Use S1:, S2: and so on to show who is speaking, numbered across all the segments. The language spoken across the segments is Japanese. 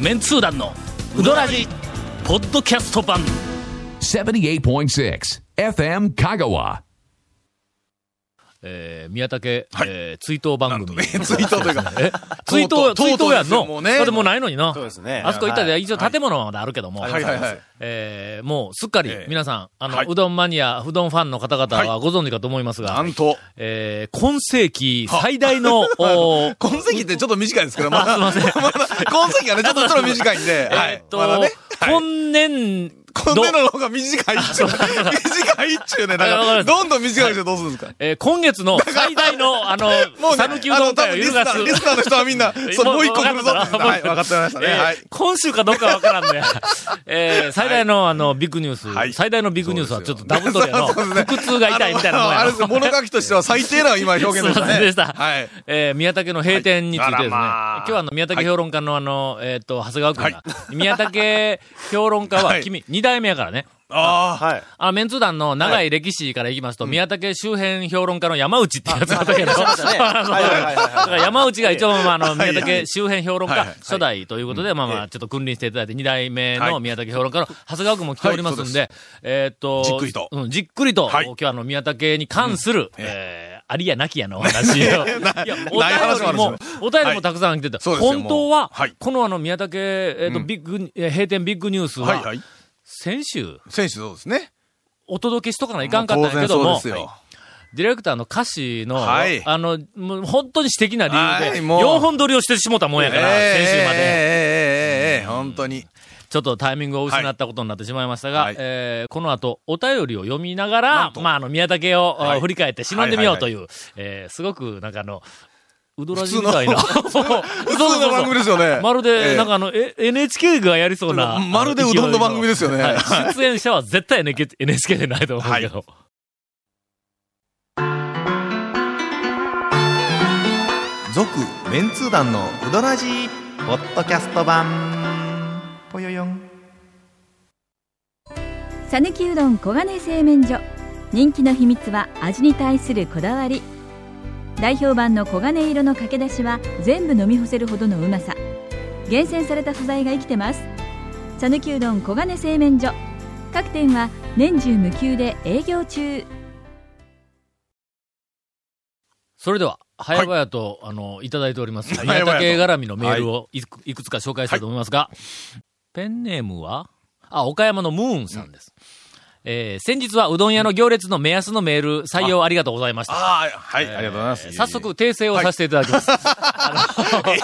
S1: メンツー団のウドラジポッドキャスト版
S2: 78.6 FM Kagawa.
S3: えー宮武、えー追悼番組。
S4: ツイートというか、
S3: え追悼、
S4: とうとう
S3: 追悼やん
S4: とうとうですよ
S3: の。
S4: もうね
S3: だってもうないのにな。
S5: そうですね
S3: あそこ行った
S5: は
S3: で、
S5: い
S3: 一応建物はまだあるけども。
S4: はいはいはい。
S3: えーもうすっかり
S4: ええ
S3: 皆さん、あの、
S4: はいう
S3: どんマニア、うどんファンの方々
S4: は
S3: はご存知かと思いますが、
S4: なんと、
S3: えー今世紀最大の、おー
S4: 今世紀ってちょっと短いですけど、まだ、
S3: あすいません
S4: まだ今世紀がね、ちょっとちょっと短いんで、 は
S3: えー
S4: い
S3: っ。と、
S4: まだね、はい。
S3: 今年度、
S4: こんなの方が短いっちゅう。短いっちゅうね。だ
S3: わかり
S4: か
S3: ま
S4: ら、
S3: す
S4: どんどん短くしてどうするんですか
S3: えー今月の最大の、あの、
S4: もうね、
S3: 讃岐うどん会を
S4: あの多分リ
S3: 揺る
S4: スナ
S3: がす
S4: ー、リスナーの人はみんな、そう、もう一個来るぞって言ってた。
S3: もう
S4: はい、わかってましたね。
S3: えー
S4: はい。
S3: 今週かどうかわからんね。 えー最大の、あの、ビッグニュース、
S4: はい
S3: 最大のビッグニュースはちょっとダブトリやの、
S4: そうですね
S3: 腹痛が痛いみたいなもんやろ
S4: あのあれです、物書きとしては最低な今表現でした
S3: すいません
S4: ね。
S3: でした
S4: はい。
S3: えー宮武の閉店についてですね、
S4: はいあらまあ
S3: 今日はあの宮武評論家のあの、えっ、と、長谷川君が、宮武評論家
S4: は
S3: はい君、二代目やからね。
S4: ああ。
S5: はい。
S3: あ、メンツ団の長い歴史からいきますと、宮武周辺評論家の山内ってやつがあったけど、そうそう そうだ
S5: はいはいはいはい
S3: から山内が一応、まあ、あの、
S4: は
S3: 宮
S4: い
S3: 武周辺評論
S4: はい
S3: 家
S4: はい
S3: 初代ということで、まあまあ、ちょっと君臨していただいて、二代目の宮武評論家の長谷川君も来ております
S4: は
S3: ん
S4: い
S3: で、えっと、
S4: じっくりと
S3: うん、じっくりと、
S4: はい
S3: 今日はあの、宮武に関する、えーありやなきやのお話 を。いや、お
S4: ない
S3: 便り
S4: 話もあるんです
S3: も
S4: よ、
S3: お便りもたくさん来てて、
S4: そうですよもう
S3: 本当は
S4: はい、
S3: このあの、宮武、えっと、ビッグ、えー閉店ビッグニュース
S4: はい
S3: は
S4: は、い。
S3: 先週、
S4: 選手そうですね。
S3: お届けしとかない
S4: い
S3: かんかったんやけども、
S4: そうですよ。
S3: ディレクターの歌詞の、
S4: はい
S3: あの、もう本当に素敵な理由
S4: は
S3: で、
S4: いもう
S3: 4本撮りをしてしもたもんやから、先週ま
S4: え
S3: で、
S4: ええええええええ本当に。
S3: ちょっとタイミングを失ったことになってしまいましたが、
S4: はい
S3: えーこの後、お便りを読みながら、まあ、あの、宮武を、
S4: はい
S3: 振り返って忍んでみようという、えーすごく、なんかあの、うどらじみたいな。そうそう
S4: 普通の番組ですよね。
S3: まる
S4: え
S3: で、
S4: え
S3: なんかあの、え NHK がやりそうな。
S4: まるでうどんの番組ですよね
S3: はい出演者は絶対 NHK NHK でないと思うけど。
S4: 続メンツー団のうどらじ
S6: ポッドキャスト版ぽよよん
S7: さぬきうどん黄金製麺所人気の秘密は味に対するこだわり代表版の黄金色のかけだしは全部飲み干せるほどのうまさ厳選された素材が生きてます「さぬきうどん黄金製麺所」各店は年中無休で営業中
S3: それでは、早々と、あの、いただいております。
S4: い
S3: 宮
S4: 早々と
S3: 武絡みのメールをいくいくつか紹介したいと思いますが、ペンネームはあ、岡山のムーンさんです。えー先日はうどん屋の行列の目安のメール採用ありがとうございました。
S4: ああ、はい、ありがとうございます。
S3: 早速訂正をさせていただきます。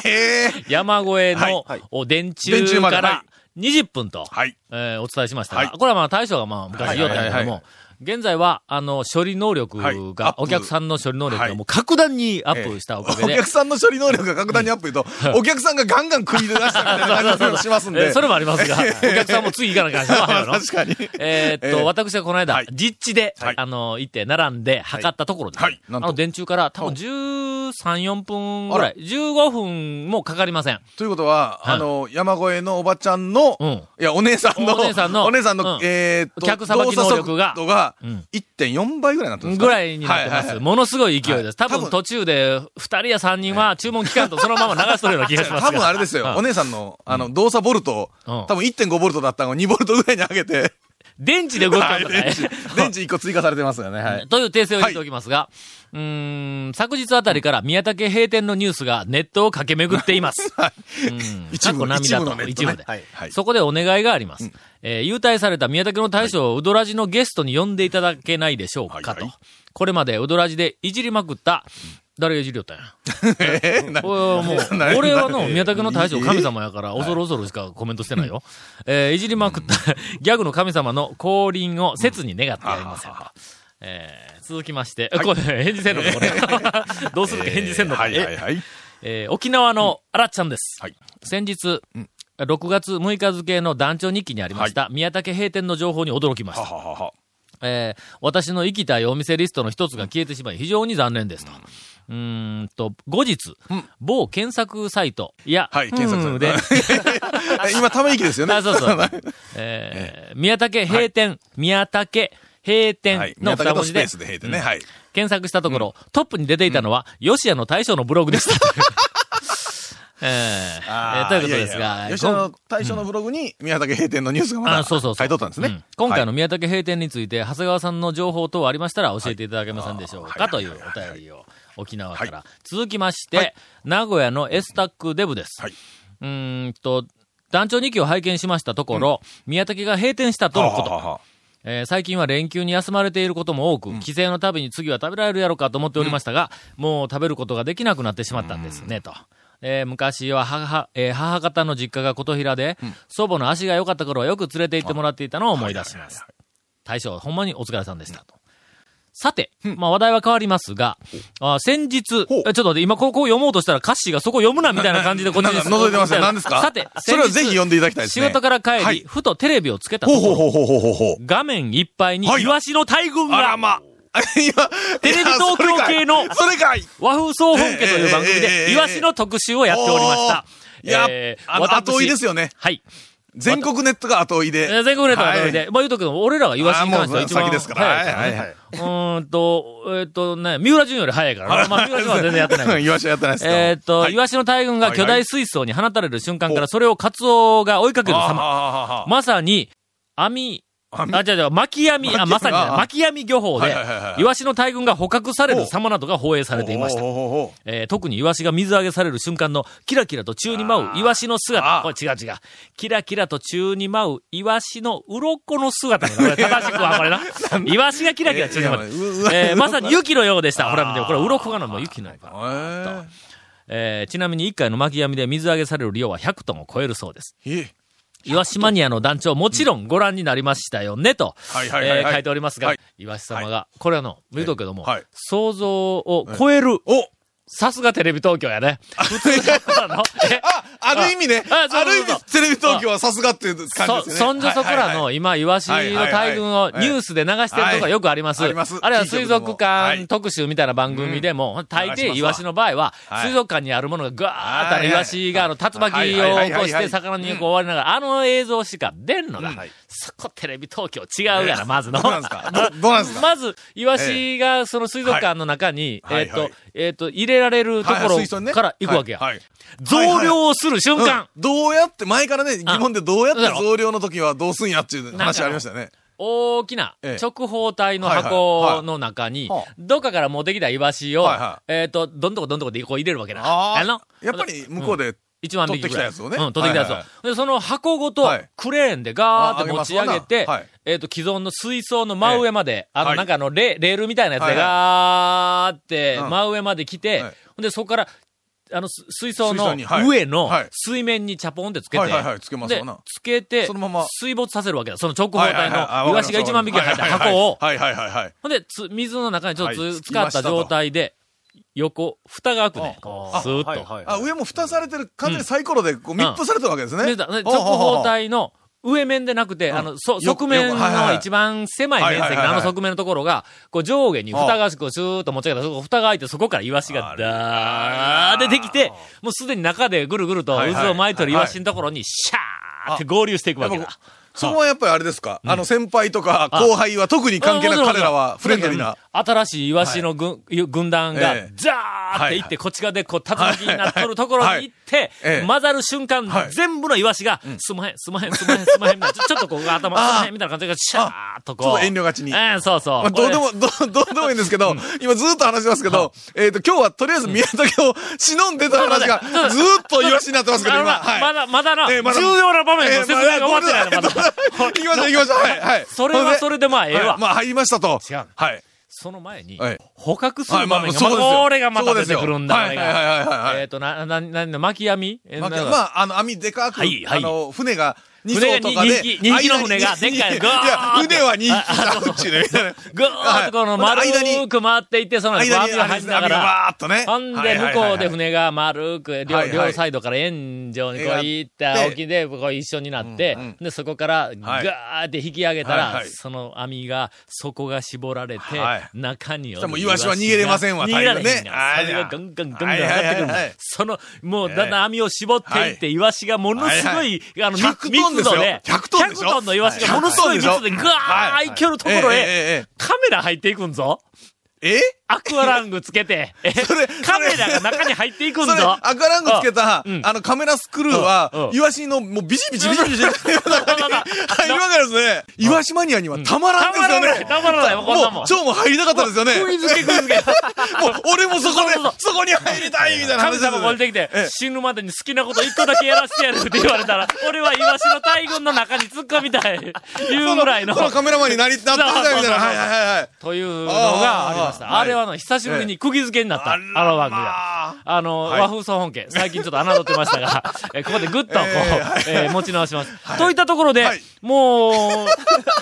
S4: ええ
S3: 山越えの、
S5: はいはい
S3: お電
S4: 電
S3: 柱
S4: 柱まで
S3: から
S4: は
S3: 20分と、
S4: はい。
S3: えーお伝えしましたが、
S4: はい
S3: これはまあ大将がまあ昔言おうたんや
S4: は
S3: け
S4: いはい
S3: ど
S4: は
S3: も、現在は、あの、処理能力が、
S4: はいアップ
S3: お客さんの処理能力
S4: は
S3: が
S4: い
S3: もう格段にアップしたお
S4: お
S3: かげで、
S4: 客さんの処理能力が格段にアップすると、お客さんがガンガン食い出したみたいな感じがしますん
S3: え
S4: で。
S3: ー それもありますが、お客さんも次行かなきゃいけない
S4: 確かに。
S3: えーっと、
S4: えー
S3: 私はこの間、
S4: はい
S3: 実地で、
S4: はい
S3: あの、行って、並んで、測ったところです、
S4: はいはい
S3: あ
S4: なんと
S3: の、電柱から多分13、4分ぐらい、
S4: あ
S3: 15分もかかりません。
S4: ということは、
S3: はい
S4: あの、山越えのおばちゃんの、
S3: うん
S4: いや、お姉さんの、
S3: お姉さんの
S4: お姉さんの
S3: うん
S4: えーっと、
S3: 客さばき能力が
S4: 動作速度が
S3: うん
S4: 1.4倍ぐらいになってますか
S3: ぐらいになってます。
S4: はいはい
S3: ものすごい勢いです。多
S4: 多
S3: 分
S4: 分
S3: 途中で、二人や三人は注文期間とそのまま流しとるような気がしますが
S4: 多分あれです
S3: うん
S4: よ、お姉さんの、あの、動作ボルト、
S3: うん
S4: 多分1.5ボルトだったのを2ボルトぐらいに上げて、
S3: 電池で動くか
S4: は
S3: ん
S4: い
S3: だ
S4: 電
S3: ね
S4: 池、 電池1個追加されてますよね、はい。
S3: という訂正を言っておきますが、うーん、昨日あたりから宮武閉店のニュースがネットを駆け巡っています。うん
S4: 一部
S3: 過去涙と
S4: 一部のネットね
S3: 一部で、
S5: はい
S4: はい
S3: そこでお願いがあります。えー優待された宮武の大将をうどらじのゲストに呼んでいただけないでしょうかと。
S4: はいはい
S3: これまでうどらじでいじりまくった、誰がいじりよったん や。
S4: え ーな
S3: おいもう
S4: な、
S3: 俺はの、
S4: な
S3: 宮武の大将神様やから、恐る恐るしかコメントしてないよ。えーいじりまくった、 ギャグの神様の降臨を切に願ってやりますよ。えー続きまして、これ、返事せんのか、こ れ。どうするか返事せんのか。
S4: はいはいはい。
S3: えー沖縄のあらっちゃんです。
S4: はい
S3: 先日、6月6日付の団長日記にありました、宮武閉店の情報に驚きました
S4: は。ははは。
S3: えー私の生きたいお店リストの一つが消えてしまい、非常に残念ですと。うーんと、後日、某検索サイト、いや、
S4: はい、検索
S3: う
S4: さ
S3: ん
S4: れ
S3: で
S4: た、 え 今、ため息ですよね。
S3: あ、そうそう。えー宮武閉店、宮武閉
S4: はい
S3: 店。の二
S4: 宮武
S3: 文
S4: の
S3: 字
S4: ス
S3: で
S4: ペースで閉店ね。はい。
S3: 検索したところ、トップに出ていたのは、ヨシアの大将のブログでした。ええ
S4: あ
S3: え
S4: ー
S3: ということです
S4: いや
S3: が
S4: いや、吉野の大将のブログに宮武閉店のニュースがま
S3: あ
S4: だ
S3: そうそうそう
S4: 書いとったんです
S3: う
S4: ね。
S3: 今回
S4: の。
S3: の宮武閉店について、長谷川さんの情報等ありましたら教えていただけませんでしょう
S4: は
S3: か
S4: い
S3: というお便りを沖縄から。
S4: は
S3: 続きまして、
S4: はい
S3: 名古屋のエスタックデブです。
S4: はいう
S3: ーんと、団長2期を拝見しましたところ、宮武が閉店したとのこと。
S4: は
S3: えー最近は連休に休まれていることも多く、帰省のたびに次は食べられるやろうかと思っておりましたが、もう食べることができなくなってしまったんですね、と。えー昔は母,、えー母方の実家が琴平で、祖母の足が良かった頃はよく連れて行ってもらっていたのを思い出します。大将、ほんまにお疲れさんでした、と。さて、まあ話題は変わりますが、あ先日、
S4: ほう
S3: えちょっと待って、今ここを読もうとしたら歌詞がそこ読むなみたいな感じでこっち
S4: なんか覗いてました何ですか
S3: さて、
S4: それはぜひ読んでいただきたいです
S3: 仕
S4: ね
S3: 事から帰り、
S4: はい
S3: ふとテレビをつけた
S4: ほ
S3: と
S4: う
S3: ころ
S4: ほうほうほうほうほうほう。
S3: 画面いっぱいに、
S4: はい
S3: イワシの大群
S4: あ
S3: が、
S4: らま。いや、
S3: テレビ東京系の
S4: いやそれかい。
S3: 和風総本家という番組
S4: えええええ
S3: で、
S4: え
S3: イワシの特集をやっておりました。
S4: おーいや
S3: えー
S4: あの
S3: 私
S4: 後追いですよね
S3: はい。
S4: 全国ネットが後追い
S3: え
S4: で。
S3: ー全国ネットが後追い
S4: は
S3: で、まあ言うとくけど俺らがイワシに関しては一
S4: あーもう
S3: 番
S4: 先ですから
S3: 早いからね。
S4: はいはいはいう
S3: ーんと、えっ、とね、三浦淳より早いからね、まあ三浦淳は全然や ってないけど
S4: い。。イワシはやってないですけど
S3: えーっと、
S4: はい
S3: イワシの大群が巨大水槽に放たれる瞬間から、それをカツオが追いかける様。
S4: あー
S3: まさに、網、あ、
S4: 網
S3: じゃじゃ巻き網、あ、まさに
S4: あ
S3: な
S4: あ
S3: 巻き網漁法で
S4: はいはいはいは、い
S3: イワシの大群が捕獲される様などが放映されていました。
S4: ほうほうほうほう
S3: えー特にイワシが水揚げされる瞬間のキラキラと宙に舞うイワシの姿。
S4: あー
S3: これ違う違う。キラキラと宙に舞うイワシの鱗の姿だな。これ正しくはこれな。イワシがキラキラ宙に舞う
S4: えーいや。う
S3: えーまさに雪のようでした。ほら見て、これ鱗がなもう雪のよう
S4: えー
S3: えーちなみに1回の巻き網で水揚げされる量は100トンを超えるそうです。
S4: いえ
S3: イワシマニアの団長もちろんご覧になりましたよね、と、
S4: はいはいはい
S3: え
S4: は
S3: ー
S4: い
S3: 書いておりますが
S4: はい、
S3: イワシ様が、これあの、見とくけども
S4: はい、
S3: 想像を超える、
S4: お
S3: さすがテレビ東京やね。 普通だったの。え
S4: あ、ある意味ね。
S3: あ
S4: あ
S3: あそうそうそう
S4: る意味、テレビ東京はさすがっていう感
S3: そ、
S4: じですね。
S3: そんじょそこら
S4: はいはいは
S3: の、
S4: い
S3: 今、イワシの大群をニュースで流してるとこがよくあります。
S4: はいあります
S3: あるいは水族
S4: はい
S3: 館特集みたいな番組でも、大抵イワシの場合は、
S4: はい
S3: 水族館にあるものがガーッとあ
S4: は
S3: の
S4: い
S3: イワシがあの竜
S4: はい
S3: 巻
S4: はいはいはい
S3: を
S4: はい
S3: 起こして魚にこう追われながら、あの映像しか出んのが、そこテレビ東京違うやな、まずの。
S4: どうなんですかどどうなんですか
S3: まず、イワシがその水族館の中に、
S4: はい
S3: えっ
S4: は
S3: と
S4: いはい、
S3: えっと、入れられると
S4: はい
S3: こ
S4: はい水槽に
S3: ろ
S4: ね
S3: から行くわけや
S4: はいはい。
S3: 増量をする瞬間。
S4: うんどうやって、前からね、疑問でどうやって
S3: うん
S4: 増量の時はどうすんやっていう話ありましたよね。
S3: 大きな
S4: ええ
S3: 直方体の
S4: はいはい
S3: 箱
S4: はい
S3: の中に
S4: はあ、
S3: どっかから持ってきたイワシを
S4: はいは、
S3: えっと、どんどこどんどこでこう入れるわけだ。
S4: あ
S3: の
S4: あ。やっぱり向こうで、
S3: 1万匹ぐらい。
S4: 取ってきたやつをね
S3: うん、取ってきたやつを。
S4: はいは
S3: で、その箱ごと
S4: はい、
S3: クレーンでガーって
S4: あ
S3: 持ち上げ
S4: 上
S3: て
S4: げますわなはい、
S3: えっと、既存の水槽の真上まで、あの、
S4: はい
S3: なんかあの、レレールみたいなやつ
S4: は
S3: で
S4: いはい
S3: ガーって、
S4: うん
S3: 真上まで来て
S4: はい、
S3: ほんで、そこから、あの、す水槽
S4: 水
S3: の
S4: 槽にはい
S3: 上の
S4: はい
S3: 水面にチャポンってつけて、
S4: はいはいはいつけますわ
S3: で
S4: な、
S3: つけて
S4: そのまま、
S3: 水没させるわけだ。その直方
S4: はいはい
S3: 体
S4: はいあ
S3: のイワシが1万匹入った
S4: わかりま
S3: 箱を
S4: し、たはいはいはいはい。
S3: ほんで、つ、水の中にちょっとつ、
S4: はいつき
S3: 使
S4: ま
S3: っ
S4: した
S3: た
S4: と
S3: 状態で、横、蓋が開くね。こう
S4: あ
S3: スーッと。
S4: あ、上も蓋されてる、完全にサイコロでこう密封されてるわけですね。
S3: でだで
S4: ほう
S3: 直
S4: ほうほう
S3: 方体の上面でなくて、
S4: うん
S3: あの、そ
S4: よ
S3: 側面
S4: よはいはいは
S3: の
S4: い
S3: 一番狭い面
S4: はい
S3: 積
S4: はい
S3: の
S4: は
S3: あ
S4: い
S3: の側面のところが、こう上下に蓋がこうシューッと持ち上げたら、そこ蓋が開いてそこからイワシがダーでできて、もうすでに中でぐるぐると
S4: はいはい
S3: 渦を巻いてるイワシのところにシャーって合流していくわけ
S4: やっ
S3: だ
S4: ぱ。そこはやっぱりあれですか、あの先輩とか
S3: あ
S4: 後輩は特に関係な
S3: あ
S4: く
S3: もち
S4: 彼
S3: ろん
S4: らはフレンドリーな。
S3: うん新しいイワシの軍,、軍団が
S4: ええ、
S3: ザーって行って、
S4: はいはい
S3: こっち側でこう、竜巻になっとるところに行って、
S4: はいええ
S3: 混ざる瞬間、
S4: はい
S3: 全部のイワシが、すまへん、すまへん、すまへん、すまへん、みたいな、ちょちょっとこう頭、
S4: あー
S3: すまへん、みたいな感じが、シャーっとこう。
S4: ちょっと遠慮がちに
S3: ええそうそう。
S4: まあ、どうでも、どう、どうでもいいんですけど、今ずっと話してますけど、えっ、と、今日はとりあえず宮崎を忍んでた話が
S3: そうそう
S4: ずっとイワシになってますけど、
S3: あの
S4: 今。
S3: なま
S4: はい。
S3: だ、まだな、
S4: ええまだ
S3: 重要な場面の説明が終わってないの、ま
S4: えーまだ
S3: だ。
S4: 行きましょう行き ましょう。はい。はい。
S3: それはそれでまあ、ええわ
S4: はい。まあ、入りましたと。
S3: 違う
S4: はい。
S3: その前に
S4: はい、
S3: 捕獲す
S4: は
S3: る
S4: い、ま
S3: 場
S4: あ、
S3: 面が、
S4: そうですよ。
S3: これがまた出てくるんだ、
S4: そう
S3: あ
S4: で
S3: れ
S4: すよはい、はい、
S3: が。
S4: はいはい、はい
S3: えっと、な、な、な、な巻き網え
S4: まあ、
S3: なんか
S4: まあ、あの、網でかく、
S3: はいはい
S4: あの、船が2艘とかで。
S3: 船が2 2匹2匹の船が
S4: 間
S3: で
S4: に
S3: っかいの
S4: い
S3: ぐわー
S4: や、
S3: って
S4: 船は2匹だうちね。
S3: ぐーっとこの
S4: はい
S3: 丸
S4: 間に
S3: く回っていって、その
S4: 間
S3: バー
S4: に
S3: ビー入りなが
S4: 網が
S3: ら、
S4: わーっとね。
S3: ほん
S4: はい
S3: で、
S4: はい
S3: 向
S4: はいはい
S3: こうで船が丸く、両、
S4: はいはい
S3: 両サイドから円状にこう行って、
S4: で
S3: 沖でこう一緒になって
S4: うん、
S3: で、そこからガーって引き上げた
S4: はい
S3: ら
S4: は、い
S3: その網が、底が絞られて
S4: はい、
S3: 中にお
S4: じゃ
S3: る
S4: あもうイワシは逃げれませんわ
S3: 逃げられへんねん。そ
S4: 大変
S3: れ
S4: ね
S3: がガンガンガンガン上がってくるんだ
S4: はいはいはいはい
S3: その、もうだんだん網を絞っていって、イワシがものすご、
S4: はい
S3: あの、密
S4: 100トン
S3: 密
S4: です
S3: 度
S4: よ
S3: で、
S4: 100トンでしょ
S3: 100トンのイワシがものすごい密度でガーッいけるところへ、
S4: え
S3: カメラ入っていくんぞ。
S4: えええええ
S3: アクアラングつけて、えカメラが中に入っていくん
S4: それ、
S3: ぞ。
S4: アクアラングつけた、あ
S3: うん
S4: の、カメラスクルー
S3: うんう
S4: は
S3: ん、
S4: イワシの、もうビシビシビシビシっていう中に入りながらですね、イワシマニアにはたまら
S3: た
S4: んで
S3: ますら
S4: よ
S3: ない、
S4: ね。
S3: たまらない、もうこんなも
S4: も
S3: ん
S4: う、。蝶も入りたかったですよね。
S3: 食い付け食い付け。
S4: もう、俺もそこで
S3: そうそう、
S4: そこに入りたいみたいな
S3: 神
S4: 話ですよ
S3: 様
S4: ね
S3: これてきて
S4: ええ、
S3: 死ぬまでに好きなこと一個だけやらせてやるって言われたら、俺はイワシの大群の中に突っ込みたい。いうぐらいの。
S4: そのカメラマンになり、なってみたいみたいな。はいはいはいはい。
S3: というのがありまし
S4: あ
S3: た。
S4: ー
S3: あれはあの、久しぶりに釘付けになった、あ
S4: ええ
S3: の番組が。
S4: あらまあ
S3: あの、
S4: はい
S3: 和風総本家、最近ちょっと侮ってました が、えここでぐっとこう、えー持ち直します。といったところで、
S4: はい
S3: もう、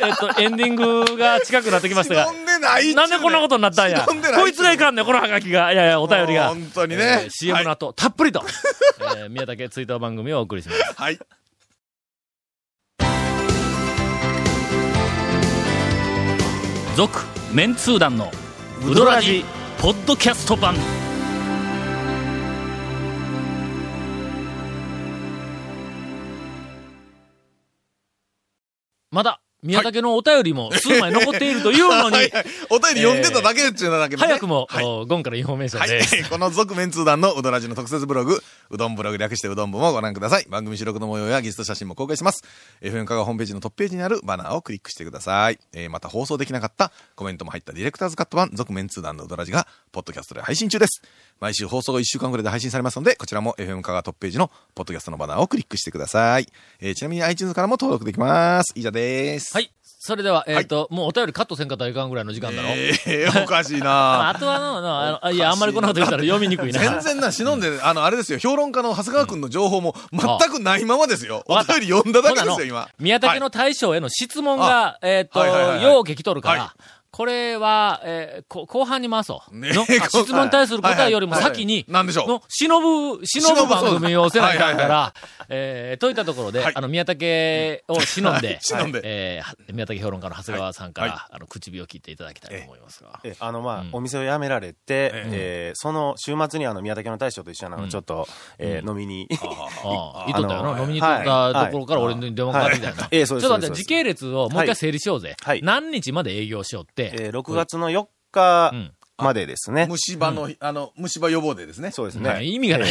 S3: えっ と、エンディングが近くなってきましたが
S4: 飲、んでない
S3: なんでこんなこととになったんや。
S4: 忍んでない
S3: こいつがいかんねんこのハガキが。いやいや、お便りが。
S4: 本当にね
S3: えー CM の後、たっぷりと、えー宮武追悼番組をお送りします。
S4: はい。
S1: 続メンツー団のウドラジポッドキャスト版
S3: まだ、宮武のお便りも数枚残っているというのに、
S4: はいはいお便り読んでただけっていうのだけどね
S3: 早くも、
S4: はい
S3: おゴンからインフォメーショ
S4: は
S3: ン
S4: い
S3: で、す。。
S4: この続面通談のうどらじの特設ブログ、うどんブログ略してうどん部もご覧ください。番組収録の模様やゲスト写真も公開します。FM 香川ホームページのトップページにあるバナーをクリックしてください。えーまた放送できなかったコメントも入ったディレクターズカット版、続面通談のうどらじが、ポッドキャストで配信中です。毎週放送が1週間ぐらいで配信されますので、こちらも FM 香川トップページのポッドキャストのバナーをクリックしてください。えーちなみに iTunes からも登録できます。以上です。。
S3: はいい。それでは、えっ、と、もうお便りカットせんかったらいかんぐらいの時間だろ。
S4: えー、おかしい
S3: ま あ
S4: な
S3: あとはの、のあのあいや、あんまりこんなこと言ったら読みにくいな。
S4: 全然な、忍んで、あの、あれですよ、評論家の長谷川くんの情報も全くないままですよ。
S3: わか
S4: お
S3: った
S4: 便り読んだだ
S3: ほ
S4: け
S3: な
S4: で
S3: の
S4: すよ、今。
S3: 宮
S4: は
S3: 武
S4: い
S3: の大将への質問が、えっ、と、
S4: はいはいはいはい
S3: よう聞きとるから、
S4: は
S3: これは、えーこ後半に回そう。
S4: ね
S3: の
S4: 後半
S3: 質問に対する答えよりも先に、
S4: はいはいはいはいなんでしょう
S3: の、忍ぶ、忍ぶ番組をせないかんか
S4: はいはい
S3: ら、えーといったところで、
S4: はい
S3: あの、宮武を忍んで、
S4: はい忍んで
S3: えー宮武評論家の長谷川さんから、
S4: は
S3: あの、唇を切っていただきたいと思いますが。
S5: えあのまあ、
S3: うん
S5: お店を辞められて、えーその週末にあの宮崎の大将と一緒なの、
S3: うん
S5: ちょっと、えー飲みに。
S3: ああ、言っとったよな。
S5: あの
S3: 飲みに行っとったところから
S5: は
S3: 俺
S5: い
S3: に電話かかってきたよな。
S5: はいええそうです
S3: ちょっと待っ
S5: そ
S3: て、
S5: うです
S3: 時系列をもう一回整理しようぜ。
S5: はい
S3: 何日まで営業しようって。
S5: えー6月の4日
S3: うん
S5: までですね。
S4: 虫歯の、あの、虫歯予防デーですね。
S5: そうです
S3: は
S5: ね。
S3: い意味がない。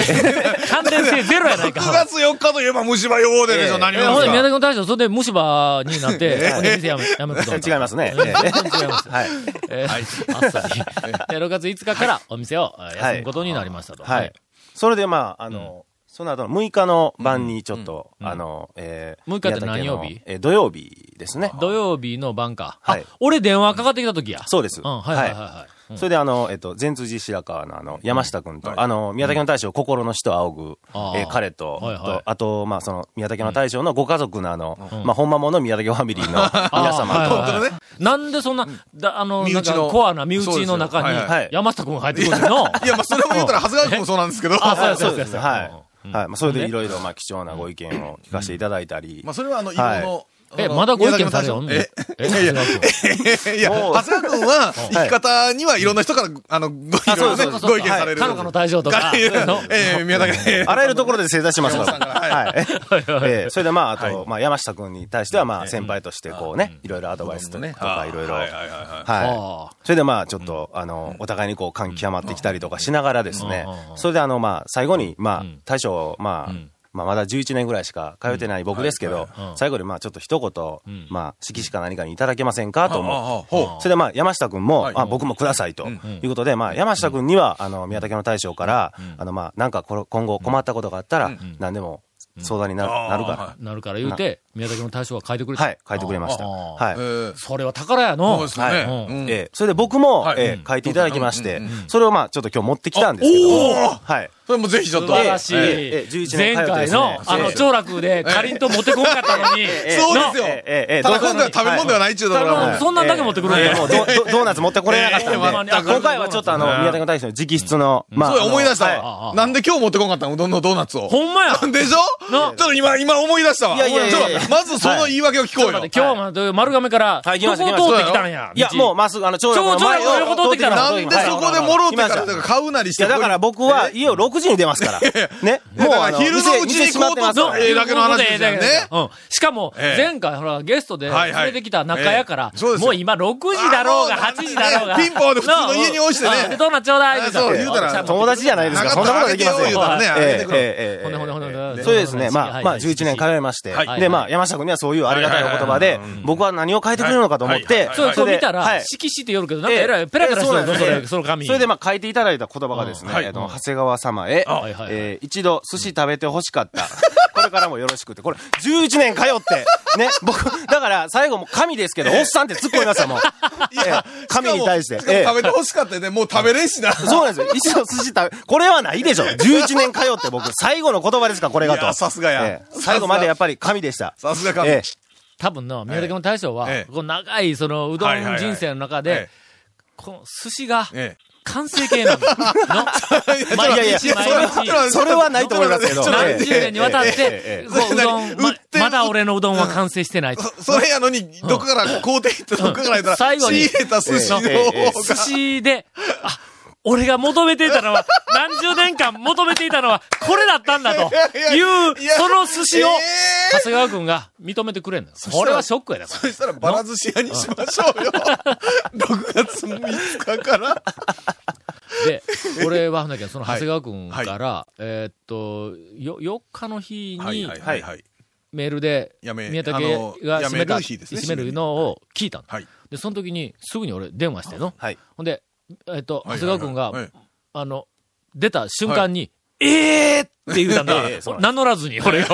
S3: 関連性ゼロやない
S4: 9
S3: か。
S4: 月4日といえば虫歯予防デーでしょ、
S5: ええ
S4: 何
S3: えほんで、宮
S4: よ
S3: 崎
S4: り
S3: の大将、それで虫歯になって、お店やめ、やめると。
S5: 違いますね。え
S3: ええ
S5: ー
S3: 本当に違います。
S5: はい。
S3: えーあっさり。で6月5日からお店をえー
S5: はい
S3: 休むことになりましたと。
S5: はい。それでまあ、あの、その後の6日の晩にちょっと、あの、えー
S3: 6日って何曜日
S5: 宮崎のえー土曜日ですね。
S3: 土曜日の晩か。あ
S5: はい、
S3: 俺電話かかってきた時や。
S5: そうです。
S3: うん、はいはいはいはい。うん
S5: それであの、えっと、善通寺白川のあの、山下君と、あの、宮崎の大将、心の人を仰
S3: あ
S5: ぐ、
S3: ー
S5: えー彼と、
S3: はいはい
S5: とあと、まあ、その、宮崎の大将のご家族のあの、まあ、本間もの宮崎ファミリーの皆
S3: あー
S5: 様
S4: 本当だね。
S3: なんでそんな、だあの、
S4: 身
S3: なん
S4: 内の
S3: かコアな身
S4: そうで
S3: 内
S4: すよ
S3: の中
S4: はい
S5: は
S3: に
S5: い、
S3: 山下君が入ってくるの。
S4: いや、まあ、それも言ったら長谷川君もそうなんですけど。
S3: あそうや
S5: と。そうですね。は
S3: う
S5: い。
S3: ん
S5: はい。まあ、それでいろいろ、まあ、貴重なご意見を聞かせていただいたり
S4: まあ、。それはあの、色
S5: はい
S4: の。その
S3: え、まだご意見されよんの
S4: 宮
S3: え
S4: 崎、
S3: 長谷川君
S4: の大将えいや、
S5: もう
S4: 長谷川君は、生き方にはいろんな人から、あの、ごいろいろね
S5: あそうそうそう
S4: ご意見される。
S3: 彼女の大将とか。
S4: いや
S3: の
S4: ええ、宮崎、ええ
S5: あらゆるところで正座しますから。はい。ええそれでまあ、あ
S4: は
S5: と、まあ、山下君に対しては、まあ、先輩として、こうね、いろいろアドバイスとか、いろいろ。
S4: はいはいはいはい。
S5: は
S3: あ
S5: い。それでまあ、ちょっと、あの、お互いにこう、感極まってきたりとかしながらですね
S3: うんうんう、ん
S5: それであの、まあ、最後に、まあ
S3: ん、
S5: 大将、まあ
S3: ん、
S5: まあ、まだ11年ぐらいしか通ってない僕ですけど
S3: いは、い
S5: 最後にまあ、ちょっと一言、
S3: ん
S5: まあ、色紙か何かにいただけませんかと
S4: あああ
S5: 思
S4: ほう
S5: う。それでまあ、山下君も
S4: はい、
S5: あ、僕もくださいということで、まあ、山下君には、あの、宮崎の大将から、あの、まあ、なんかこれ今後困ったことがあったら、何でも相談にな
S4: ああ
S5: なる
S4: は
S5: か
S3: なるから言うて、宮崎の大将は書いてくれ
S5: ら。
S3: た。
S5: はい、書いてくれました。
S3: ああ
S5: はい。
S4: ええ
S3: それは宝や
S4: そう
S3: の
S4: で。すよね。
S5: は
S4: うん
S5: ええそれで僕も、
S4: はい
S5: ええ書いていただきまして、それをまあ、ちょっと今日持ってきたんですけども、
S4: おお
S5: はい。
S4: それもぜひちょっ
S3: 素
S4: と。
S3: 晴らしい
S4: ええ
S5: ええ11。
S3: 前
S5: 年通ってで
S3: 回
S5: すね
S3: の、あ
S5: え
S3: の、
S5: え
S3: 兆楽で、かりんと持ってこんかったのに。
S5: え
S4: そう
S3: な
S4: ですよ。
S5: ええええ
S4: ただ
S5: どう
S4: 今回は
S5: ぞ
S4: 食べ物ではないっちゅうところ
S5: は
S4: は
S5: え
S4: も
S5: え
S4: う。
S3: そんなんだけ持ってくるんや
S5: ええもうドドドーナツ持ってこれなかったんで、
S4: ええ全く
S5: 今回はちょっとあの、宮崎の大将の直筆の、まあ、
S4: そうや
S5: あの
S4: 思い出した
S5: は
S4: わ。なんで今日持ってこんかったんうどんのドーナツを。
S3: ほんまや。
S4: でしょちょっと今、今思い出したわ。
S5: いやいやいやいや
S4: ちょっまずその言い訳を聞こうよ。
S3: 今日はま丸亀から、
S5: はい
S3: どこ
S5: 行き
S3: を
S5: ました
S3: 通ってきたんや。
S5: いや、
S3: 道
S5: もう、まっすぐ、あの、長楽の前
S3: 長楽の横通ってきたら
S4: な
S5: は
S4: ん
S5: い
S4: でそこでもろってから、だから買うなりし
S5: い
S4: て。
S5: や、だから僕は家を6時に出ますから。ね。
S4: いやだから
S5: あの
S4: 昼のうちに
S5: 店閉まってます
S4: 行こ
S5: か
S4: う
S5: ら
S4: とええだけの話ですよね
S3: うん。しかも、
S4: ええ
S3: 前回、ほら、ゲストで
S4: はい
S3: 連
S4: はい
S3: れてきた中屋から
S4: ええそうで、すよ
S3: もう今6時だろうが、
S4: あもう
S3: 8時だろうが。
S4: ねピンポンで普通の家に落ちてね
S3: うんうんどうなっちょうだい
S4: あそう言うたら
S5: 友達じゃないですか。
S4: 中
S5: そん
S4: 田
S5: なこ
S4: あ
S5: と
S4: げて
S5: でき
S4: よ
S5: ません
S4: 言う
S5: よ。
S4: たらね、あ
S5: え
S4: げ
S5: え
S4: てくれ。
S5: ええええ
S3: ほんでほんでほんでほんで
S5: そうですね。
S3: はい
S5: ま
S3: は
S5: あ、
S3: い
S5: まあ、11年通いまして
S3: はい。
S5: で、まあ、山下君にはそういうありがたいお言葉で、僕は何を変えてくれるのかと思っ
S4: はい
S5: て
S4: はい、
S3: そう、
S5: そ
S3: そう
S5: れ
S3: 見
S5: で
S3: た
S5: は
S3: ら
S5: い、
S3: 色紙って夜けど、なんかえらい、ペラペラしてる
S5: え
S3: ぞ、
S5: え
S3: そ
S5: そうなんです
S3: れ、その紙。
S5: それで、まあ、書いていただいた言葉がですね、
S4: はい
S5: えっと、長谷川様へ
S3: はいはい、
S5: えー一度寿司食べて欲しかった。これからもよろしくって。これ、11年通って、ね、僕、だから、最後もう神ですけど、おっさんって突っ込みましたもん。
S4: いや
S5: ええ神に対して
S4: しかも
S5: ええ
S4: 食べてほしかったね。もう食べれんしな。
S5: そうなんですよ。一度寿司食べ、これはないでしょ。11年通って僕、最後の言葉ですから、これが
S4: いや
S5: と。
S4: さすがや
S5: ええ最後までやっぱり神でした。
S4: さすが神
S5: ええ
S3: 多分の、宮崎の大将は
S4: ええ、
S3: こう長い、その、うど
S4: はいはいは
S3: ん
S4: い
S3: 人生の中
S4: え
S3: で、この寿司が、
S4: え
S3: 完成形 なんだ。の
S4: え
S3: 毎
S5: いやいや
S3: 日、毎
S4: そ
S3: 日
S4: れ。 は
S5: それはないと思いますけど
S4: ちょっと待っ
S3: 何十
S4: てちょっと待って
S3: 年にわたって
S5: え、
S3: こううどん、
S4: 売
S3: ま
S4: ってる
S3: まだ俺のうどんは完成してないと。
S4: それやのに、どっかから工程行って、どっかから行ったら、
S3: 最後に
S4: 仕入れた寿司の
S5: ええええ
S4: 方
S3: 寿司で、あ、俺が求めていた のは、何十年間求めていたのは、これだったんだとい、
S4: いうや
S3: その寿司を
S4: え、
S3: 長谷川君が認めてくれんのよ。
S4: したら
S3: これはショックやだか
S4: そしたらバラ寿司屋にしましょ うよ。6月3日から。
S3: ら。で、 俺は、なきゃその長谷川君
S4: はい
S3: から、えーっと、よ、4日の日に、
S5: はい
S4: はい。
S3: メールで、
S4: やめ
S3: 宮武
S4: あの
S3: が
S4: や
S3: 閉
S4: め
S3: めた、
S4: る日ですね
S3: 閉めるのを聞いたの。
S4: はい。
S3: で、その時に、すぐに俺電話しての。
S5: はい。
S3: ほんで、えっと、長
S4: はい
S3: 谷川君が、
S4: はい
S3: あの、出た瞬間に、えーって言うたんだ
S5: ええそう。
S3: 名乗らずに、俺を、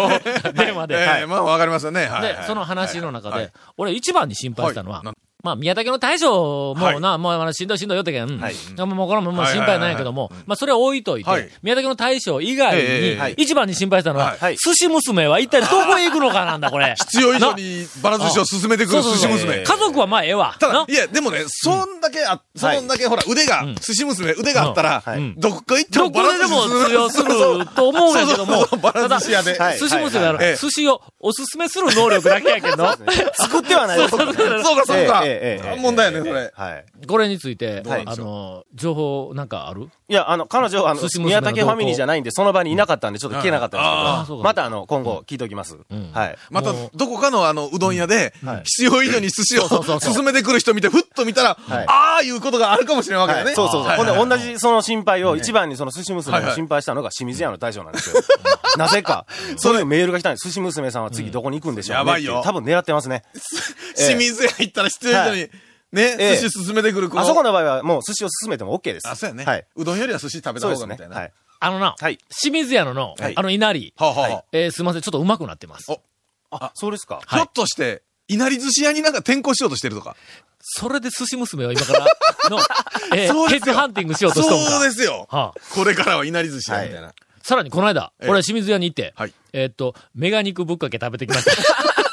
S3: 電話で。
S4: え
S3: は
S4: え
S3: い
S4: まあわかりますよね。はい
S3: で
S4: は、い
S3: その話の中
S4: は
S3: で
S4: い、
S3: 俺一番に心配したのは
S4: はいなん、
S3: まあ、宮崎の大将
S4: は
S3: も
S4: い
S3: な、もうあのしんどいしんどいよってけん、
S5: はい
S3: あもうこれももう心配ないんやけども、まあ、それは置いといて
S4: はい、
S3: 宮崎の大将以外
S4: ええええは
S3: に
S4: い、
S3: 一番に心配したのは
S5: はい、
S3: 寿司娘は一体どこへ行くのかなんだ、これ。
S4: 必要以上にバラ寿司を進めてく
S3: そ
S4: る
S3: うそう
S4: 寿司
S3: そう
S4: 娘。
S3: 家族はまあ、ええわ。
S4: ただ
S3: な、、
S4: いや、でもね、そんだけあ、そんだけほら、腕が、寿司娘、腕があったら
S5: はい
S4: どっか行っても
S3: どこ
S4: バラ
S3: で
S4: 寿
S3: でも
S4: 司
S3: 通用すると思うんやけども、
S4: そうそうそうバ
S3: ただ
S4: ラ寿司屋で。
S5: はい
S3: 寿司娘だ
S4: はいは
S3: ら、
S4: い
S3: 寿司をおすすめする能力だけ やけど、
S5: 作ってはないですからね。
S4: そうか、そうか
S5: えええええ。え
S4: 問題やね、それ。
S5: はい。
S3: これについ て、
S5: うなんで
S3: あ
S5: しょう
S3: の、情報なんかある
S5: いや、あの、彼女は、あの
S3: 寿司、娘の
S5: 宮武ファミリーじゃないんで、その場にいなかったんで、ちょっと聞けなかったん
S3: ああ
S5: です
S3: そ
S5: け
S3: う
S5: ど、
S3: か
S5: また、あの、今後、聞いておきます。はい。
S4: また
S3: も、
S4: どこかのあの、うどん屋で、必要以上に寿司
S3: そうそう
S4: を
S3: そう
S4: 進めてくる人見て、ふっと見たら、
S5: はい
S4: ああいうことがあるかもしれないわけだ
S5: は
S4: ね。
S5: い、そうそうそう。
S4: はい
S5: ほんで、同じその心配を、一番にその寿司娘
S4: はいは
S5: が
S4: い
S5: 心配したのが清水屋の大将なんですよ。 な ぜか、そういうメールが来たんです。寿司娘さんは次どこに行くんでしょうねってう
S4: やばいよ
S5: 多分狙ってますね。ええ
S4: 清水屋行ったら必要以上
S5: は
S4: に、ね、
S5: ええ
S4: 寿司進めてくる。
S5: あそこ
S4: の。
S5: の場合は、もう寿司を進めても OK です。
S4: あ、そうやね。
S5: はい。
S4: うどんよりは寿司食べた
S5: そうで
S4: 方
S5: す
S4: がみ
S5: ね
S4: たい。な。
S5: はい。
S3: あのな、
S5: はい
S3: 清水屋のの
S5: はい、
S3: あの、稲荷、
S4: はあはあはあ
S3: えーすいません、ちょっと上手くなってます
S4: お。
S5: あ、そうですか。
S4: ひょっとして、いなり寿司屋になんか転校しようとしてるとか。
S3: それで寿司娘は今 から、の、え
S4: そう
S3: ー、
S4: です
S3: ヘッド
S4: よ
S3: ハンティングしようと
S4: そ
S3: しとんか
S4: うですよ。
S3: はあ
S4: これからはいなり寿司屋みたいな。
S3: さらにこの間、
S4: ええ
S3: 俺は清水屋に行って
S4: はい、
S3: えーっと、メガ肉ぶっかけ食べてきました。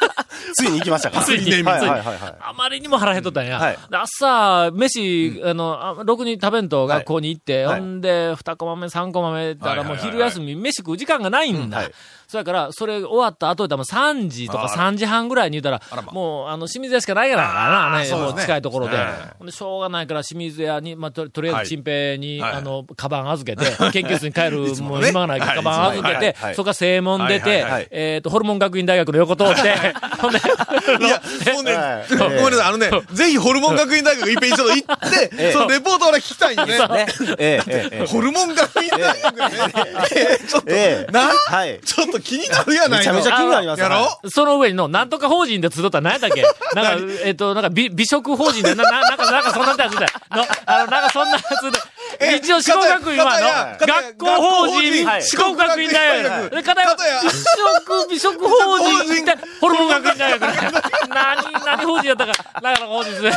S5: ついに行きましたか。
S3: ついに
S5: はいはいはい
S3: つ
S5: はい。
S3: あまりにも腹減っとったんや。
S5: うんはい
S3: で朝、飯、あの、あろくに食べんと学校に行って、
S5: はい
S3: ほんで、二コマ目、三コマ目だからもう
S4: はいはい
S3: 昼
S4: はいはい
S3: 休み、飯食う時間がないんだ。
S5: はい
S3: そやから、それ終わった後で多分3時とか
S4: あ
S3: 3時半ぐらいに言うたら、
S4: あらま
S3: もう、あの、清水屋しかないからな、ね、
S4: そうで
S3: も
S4: すね
S3: う近いところで。
S4: え
S3: ほんで、しょうがないから清水屋に、まあ、ととりあ
S4: は
S3: え
S4: い
S3: ず、チンペイに、
S4: はい
S3: あの、カバン預けて、研究室に帰る、
S4: いつも
S3: も
S4: の
S3: う
S4: ね
S3: 今がないから、
S4: はい
S3: カバン預け
S5: いつものはい
S3: て
S5: はいは、い
S3: そこから正門出
S4: はい
S3: て
S4: はい
S5: はい、
S3: えっと、ホルモン学院大学の横通 って、ほんで、
S4: いや、もうね、
S5: はい
S4: ごめんなさい、あのね、ぜひホルモン学院大学いっぺんちょっと行って、
S5: ええ
S4: そのレポート俺聞きたいんでね。
S5: ね。ええ、ええ、ええ
S4: ホルモン学院大学ね、 ええちょっと、
S5: ええ。
S4: な
S5: はい。
S4: ちょっと気になるやない
S5: めちゃ
S4: の。
S5: めちゃ気になります
S4: や
S5: はい
S4: ろ
S3: その上にの、なんとか法人で集った何やったっけ なんか、えっと、なんか美、美食法人で、な、ななんか、なんかそんなやつだよ。の、あの、なんかそんなやつで。
S4: え
S3: 一応、四国学院は、あ
S4: 片
S3: の、
S4: や
S3: 学校法人、
S4: はい
S3: 四国学院大
S4: 四国学院大
S3: 学。
S4: 学
S3: で、片や
S4: 片や、
S3: 美食、美食法
S4: 美食法
S3: 人
S4: 人
S3: で、ホルモン学院大学。 何、何法人やったか、なんかの法人 ですね。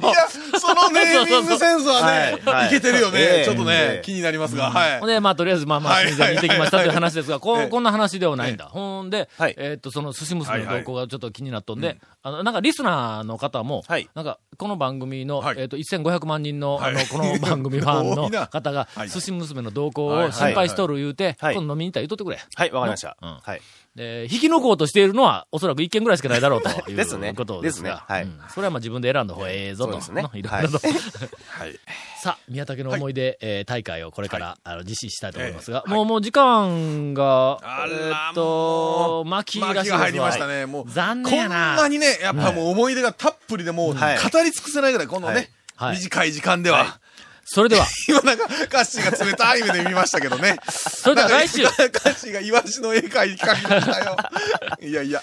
S3: もう
S4: いや、そのネーミングセンスはね、
S5: はいはい
S4: いけてるよ
S5: え
S4: ね。
S5: え
S4: ちょっとね
S5: え、え
S4: 気になりますが、はい
S3: ほん。で、まあ、とりあえず、まあまあ、
S4: はい
S3: 清水屋に行ってきましたという話ですが、こ
S4: は
S3: う
S4: い
S3: こんな話ではないんだ。ほんで、
S5: はい
S3: えーっと、その、寿司娘
S4: はい
S3: の
S4: はい
S3: 動向がちょっと気になっとんで、あの、なんか、リスナーの方も
S5: はい、
S3: なんか、この番組の
S4: は、い
S3: えーっと、1500万人の、あ
S4: はい
S3: の、この番組ファンの方が
S4: はい、
S3: 寿司娘の動向を心配しとる言うて、
S5: はいはい
S3: 今度飲みに行ったら言っとってくれ。
S5: はい、わかりました。
S3: うんうん
S5: はい。
S3: で、引き抜こうとしているのは、おそらく一件ぐらいしかないだろうという
S5: ですね
S3: ことですが、
S5: ですねはい
S3: うんそれはまあ自分で選んだ方がええぞと、
S5: そうです ね
S3: のいろいろと。
S4: はい。
S3: さあ、宮武の思い出、えー大会をこれから、あの実施したいと思いますが、もう、もう時間が、
S4: あら
S3: えーっと、巻きらしいです
S4: 巻
S3: わ
S4: が入りましたね。もう、
S3: 残
S4: こ
S3: 念や
S4: ん
S3: な。
S4: なにね、やっぱもう思い出がたっぷりでもう、語
S5: はい
S4: り尽くせないぐらい、このね、
S3: はいはい
S4: 短い時間では、
S3: それで は、
S4: 今なんか、カッシーが冷たい目で見ましたけどね。
S3: それでは来週
S4: なんか カッシーがイワシの絵描いてきましたよ。いやいや。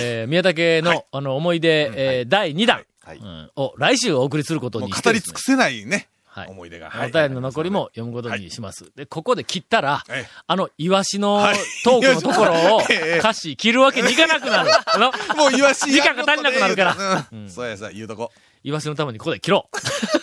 S3: えー宮武の、あの、思い出、えー第2弾、
S5: はい
S3: うんを来週お送りすること
S4: もう
S3: にして
S4: 語
S3: で
S4: り
S3: す
S4: 尽
S3: ね
S4: くせないね、
S3: はい
S4: 思い出が。
S3: お便りの残りも読むことにします。で、ここで切ったら、
S4: ええ
S3: あの、イワシの
S4: はい
S3: トークのところを
S4: え え、
S3: 歌詞切るわけにいかなくなる。あ の、
S4: もうイワシ
S3: 時間が足りなくなるから。
S4: うんそうやさ、言うとこ。
S3: イワシのためにここで切ろう。